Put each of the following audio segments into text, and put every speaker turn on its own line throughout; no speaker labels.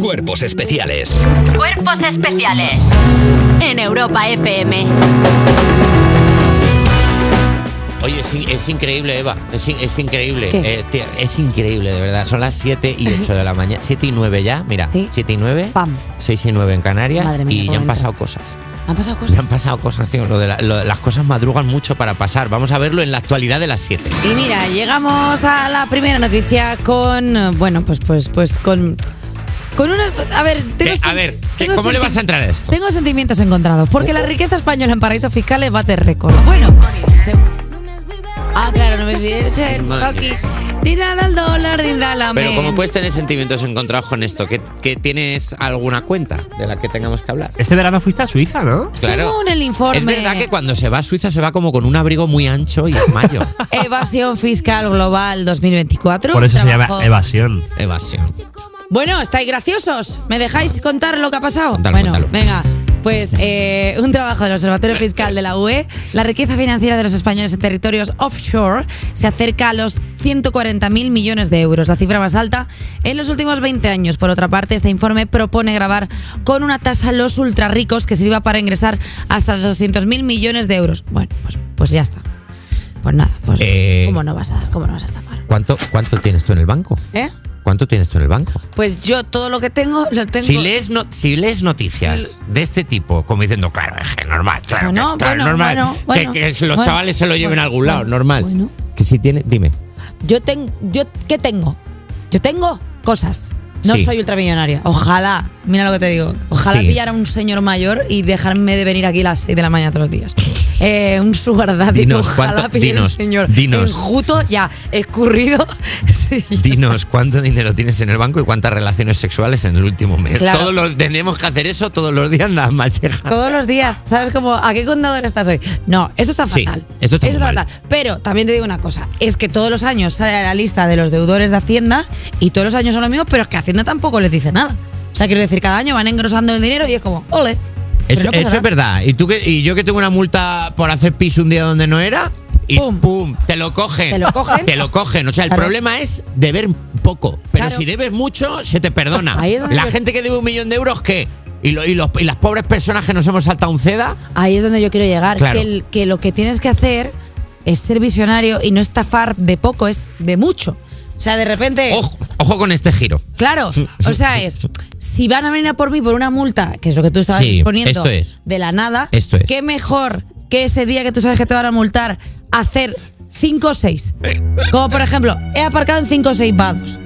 Cuerpos especiales.
Cuerpos especiales en Europa FM.
Oye, es, in- es increíble, Eva. Es, in- es increíble.
¿Qué?
Eh, tía, es increíble, de verdad. Son las 7 y 8 de la mañana. 7 y 9 ya, mira.
Sí.
7 y 9.
Pam.
6 y 9 en Canarias.
Madre mía,
y
cómo
ya han
entra.
pasado cosas.
¿Han pasado cosas?
Ya han pasado cosas, tío. Lo de la- lo- las cosas madrugan mucho para pasar. Vamos a verlo en la actualidad de las 7.
Y mira, llegamos a la primera noticia con. eh, Bueno, pues, pues, pues con. Con una. A ver, tengo
Eh,
sen-
a ver, ¿qué-
tengo
¿cómo le
senti-
vas a entrar a esto?
Tengo sentimientos encontrados, porque la riqueza española en paraísos fiscales bate récord. Bueno, se- ah, claro, no me olvides.
Madre
Aquí.
mía.
Dinda al dólar, dinda al
Pero
amén.
como puedes tener sentimientos encontrados con esto, ¿Qué, qué tienes alguna cuenta de la que tengamos que hablar?
Este verano fuiste a Suiza, ¿no?
claro.
Según el informe.
Es verdad que cuando se va a Suiza se va como con un abrigo muy ancho y es mayo.
Evasión fiscal global 2024.
Por eso se llama
Trabajo-
evasión.
Evasión.
Bueno, estáis graciosos. ¿Me dejáis contar lo que ha pasado?
Contalo,
bueno,
contalo.
venga. Pues eh, un trabajo del Observatorio Fiscal de la UE, la riqueza financiera de los españoles en territorios offshore se acerca a los 140.000 millones de euros, la cifra más alta en los últimos 20 años. Por otra parte, este informe propone grabar con una tasa a los ultrarricos que sirva para ingresar hasta 200.000 millones de euros. Bueno, pues, pues ya está. Pues nada, pues
Eh.
¿cómo, no vas a, ¿cómo no vas a estafar?
¿Cuánto, ¿Cuánto tienes tú en el banco?
¿Eh?
¿Cuánto tienes tú en el banco?
Pues yo todo lo que tengo lo tengo...
Si lees, no- si lees noticias de este tipo, como diciendo, claro, es que normal, claro, que
Bueno,
es- claro,
bueno,
normal,
bueno,
que-
bueno,
que, los
bueno,
chavales se lo lleven
bueno,
a algún lado,
bueno,
normal.
bueno.
Que si tienes, dime.
Yo tengo, yo qué tengo? Yo tengo cosas. No
Sí.
soy ultramillonaria. Ojalá, mira lo que te digo. Ojalá
Sí.
pillara un señor mayor y dejarme de venir aquí a las 6 de la mañana todos los días. Eh, un sugar daddy.
Dinos,
ojalá
¿cuánto?
pillara
Dinos,
un señor
dinos.
enjuto, ya, escurrido. Sí, ya
Dinos cuánto dinero tienes en el banco y cuántas relaciones sexuales en el último mes.
Claro.
Todos los, tenemos que hacer eso todos los días, nada más
está.
llegar.
Todos los días, ¿sabes cómo? ¿A qué contador estás hoy? No, eso está
Sí,
fatal.
esto está muy mal.
fatal. Pero también te digo una cosa, es que todos los años sale la lista de los deudores de Hacienda y todos los años son los mismos, pero es que Hacienda tampoco les dice nada. O sea, quiero decir, cada año van engrosando el dinero y es como, ole. pero
Eso,
no pasa
eso
nada.
es verdad. ¿Y, tú que, y yo que tengo una multa por hacer pis un día donde no era. Y
Pum.
pum, te lo cogen.
Te lo cogen.
Te lo cogen. O sea, el
Claro.
problema es deber poco. Pero
Claro.
si debes mucho, se te perdona.
Ahí es donde
La
yo-
gente que debe un millón de euros, ¿qué? ¿Y, lo- y los- y las pobres personas que nos hemos saltado un ceda?
Ahí es donde yo quiero llegar,
Claro.
que, el- que lo que tienes que hacer es ser visionario y no estafar de poco, es de mucho. O sea, de repente...
Ojo, ojo con este giro.
Claro, o sea, es si van a venir a por mí por una multa, que es lo que tú estabas
Sí,
exponiendo
esto es.
de la nada,
Esto es.
qué mejor que ese día que tú sabes que te van a multar hacer 5 o 6. Como por ejemplo, he aparcado en 5 o 6 vados.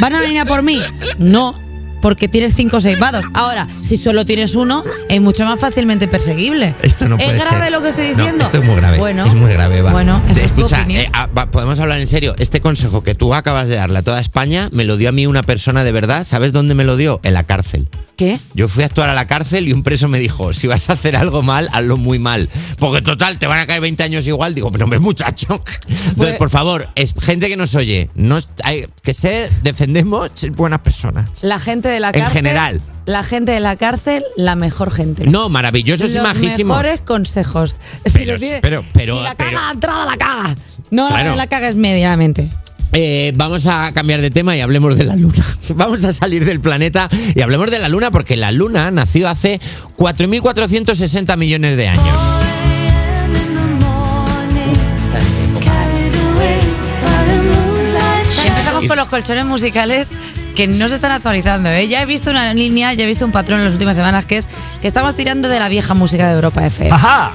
¿Van a venir a por mí? No, porque tienes 5 o 6 vados. Ahora, si solo tienes uno, es mucho más fácilmente perseguible.
Esto no puede
¿Es grave
ser.
lo que estoy
No,
diciendo?
esto es muy grave.
Bueno,
es muy grave, Eva.
Bueno, esa es tu
Escucha,
opinión.
eh, ah, va, podemos hablar en serio. Este consejo que tú acabas de darle a toda España me lo dio a mí una persona de verdad. ¿Sabes dónde me lo dio? En la cárcel.
¿Qué?
Yo fui a actuar a la cárcel y un preso me dijo, si vas a hacer algo mal, hazlo muy mal. Porque total, te van a caer 20 años igual. Digo, pero hombre, muchacho.
Pues
Entonces, por favor, es gente que nos oye, no, hay, que se defendemos ser buenas personas.
La gente de la
En
cárcel.
general.
La gente de la cárcel, la mejor gente.
No, maravillosos y
los
majísimos.
mejores consejos. Si
Pero,
los tienes-
pero, pero,
si la
pero-
caga, entrada la caga. No,
Claro.
no la cagues medianamente.
Eh, vamos a cambiar de tema y hablemos de la Luna. Vamos a salir del planeta y hablemos de la Luna porque la Luna nació hace 4.460 millones de años.
Empezamos por los colchones musicales que no se están actualizando. ¿eh? Ya he visto una línea, ya he visto un patrón en las últimas semanas que es que estamos tirando de la vieja música de Europa FM.
Ah.
¡Ajá!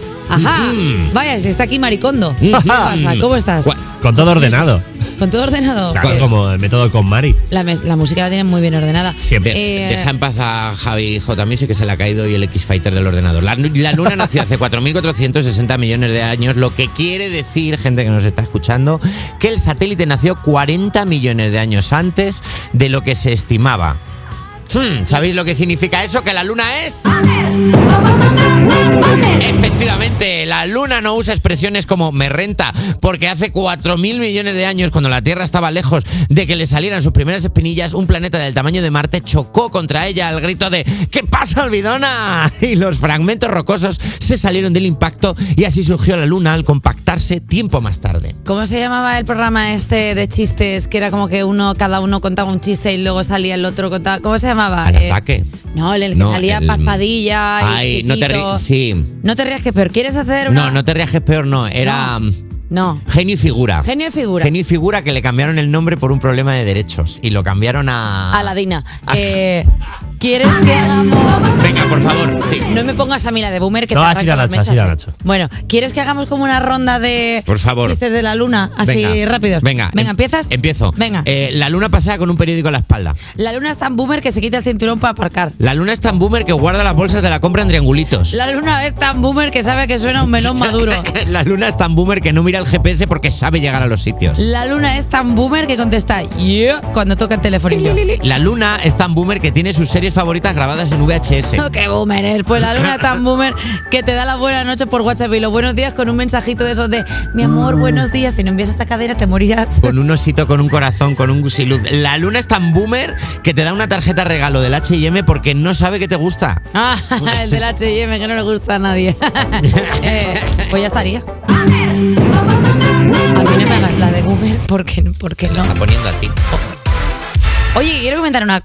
Ajá.
Mm.
Vaya, si está aquí Maricondo. ¿Qué
Mm-hmm.
pasa? ¿Cómo estás?
Gua-
Con todo ordenado.
¿Con todo ordenado?
Claro,
Bien.
como el método con Mari.
La, mes- la música la tienen muy bien ordenada.
Siempre.
Eh,
Deja en paz a Javi J. Music que se le ha caído y el X-Fighter del ordenador. La, la Luna nació hace 4.460 millones de años, lo que quiere decir, gente que nos está escuchando, que el satélite nació 40 millones de años antes de lo que se estimaba. Hmm, ¿Sabéis lo que significa eso? ¿Que la Luna es? Efectivamente, la Luna no usa expresiones como me renta, porque hace 4.000 millones de años, cuando la Tierra estaba lejos de que le salieran sus primeras espinillas, un planeta del tamaño de Marte chocó contra ella al grito de ¿Qué pasa, Olvidona? Y los fragmentos rocosos se salieron del impacto y así surgió la Luna al compactarse tiempo más tarde.
¿Cómo se llamaba el programa este de chistes? Que era como que uno, cada uno contaba un chiste y luego salía el otro contaba. ¿Cómo se llamaba? llamaba?
Al
Eh,
ataque.
No, el, el que
No,
salía
el-
Paz Padilla. y
Ay, no te
Chiquito.
ri- sí.
No te rías que es peor. ¿Quieres hacer una.?
No, no te rías que es peor, no. Era mm,
No.
genio y figura.
Genio y figura.
Genio y figura que le cambiaron el nombre por un problema de derechos. Y lo cambiaron a.
Aladina.
Ah.
Eh, ¿Quieres que hagamos.?
Venga, por favor. Sí.
No me pongas a mí la de Boomer que
No,
te
has ido
arranca
a
las
Nacho, has
mechas,
ido a
eh.
Nacho.
Bueno, ¿quieres que hagamos como una ronda de
Por favor.
chistes de la luna? Así
Venga.
rápido.
Venga.
Venga,
em-
¿empiezas?
Empiezo.
Venga.
Eh, la luna pasea con un periódico en la espalda.
La luna es tan boomer que se quita el cinturón para aparcar.
La luna es tan boomer que guarda las bolsas de la compra en triangulitos.
La luna es tan boomer que sabe que suena un melón maduro.
La luna es tan boomer que no mira el GPS porque sabe llegar a los sitios.
La luna es tan boomer que contesta "Yeah", cuando toca el telefonillo.
La luna es tan boomer que tiene sus series favoritas grabadas en VHS.
No, qué boomer es. Pues la luna es tan boomer que te da la buena noche por WhatsApp y los buenos días con un mensajito de esos de mi amor, buenos días. Si no envías esta cadena te morirás.
Con un osito, con un corazón, con un gusiluz. La luna es tan boomer que te da una tarjeta regalo del HM porque no sabe que te gusta.
Ah, el del H&M que no le gusta a nadie. Eh, pues ya estaría. A mí no me hagas la de boomer porque, porque no.
Está poniendo a ti.
Oye, quiero comentar una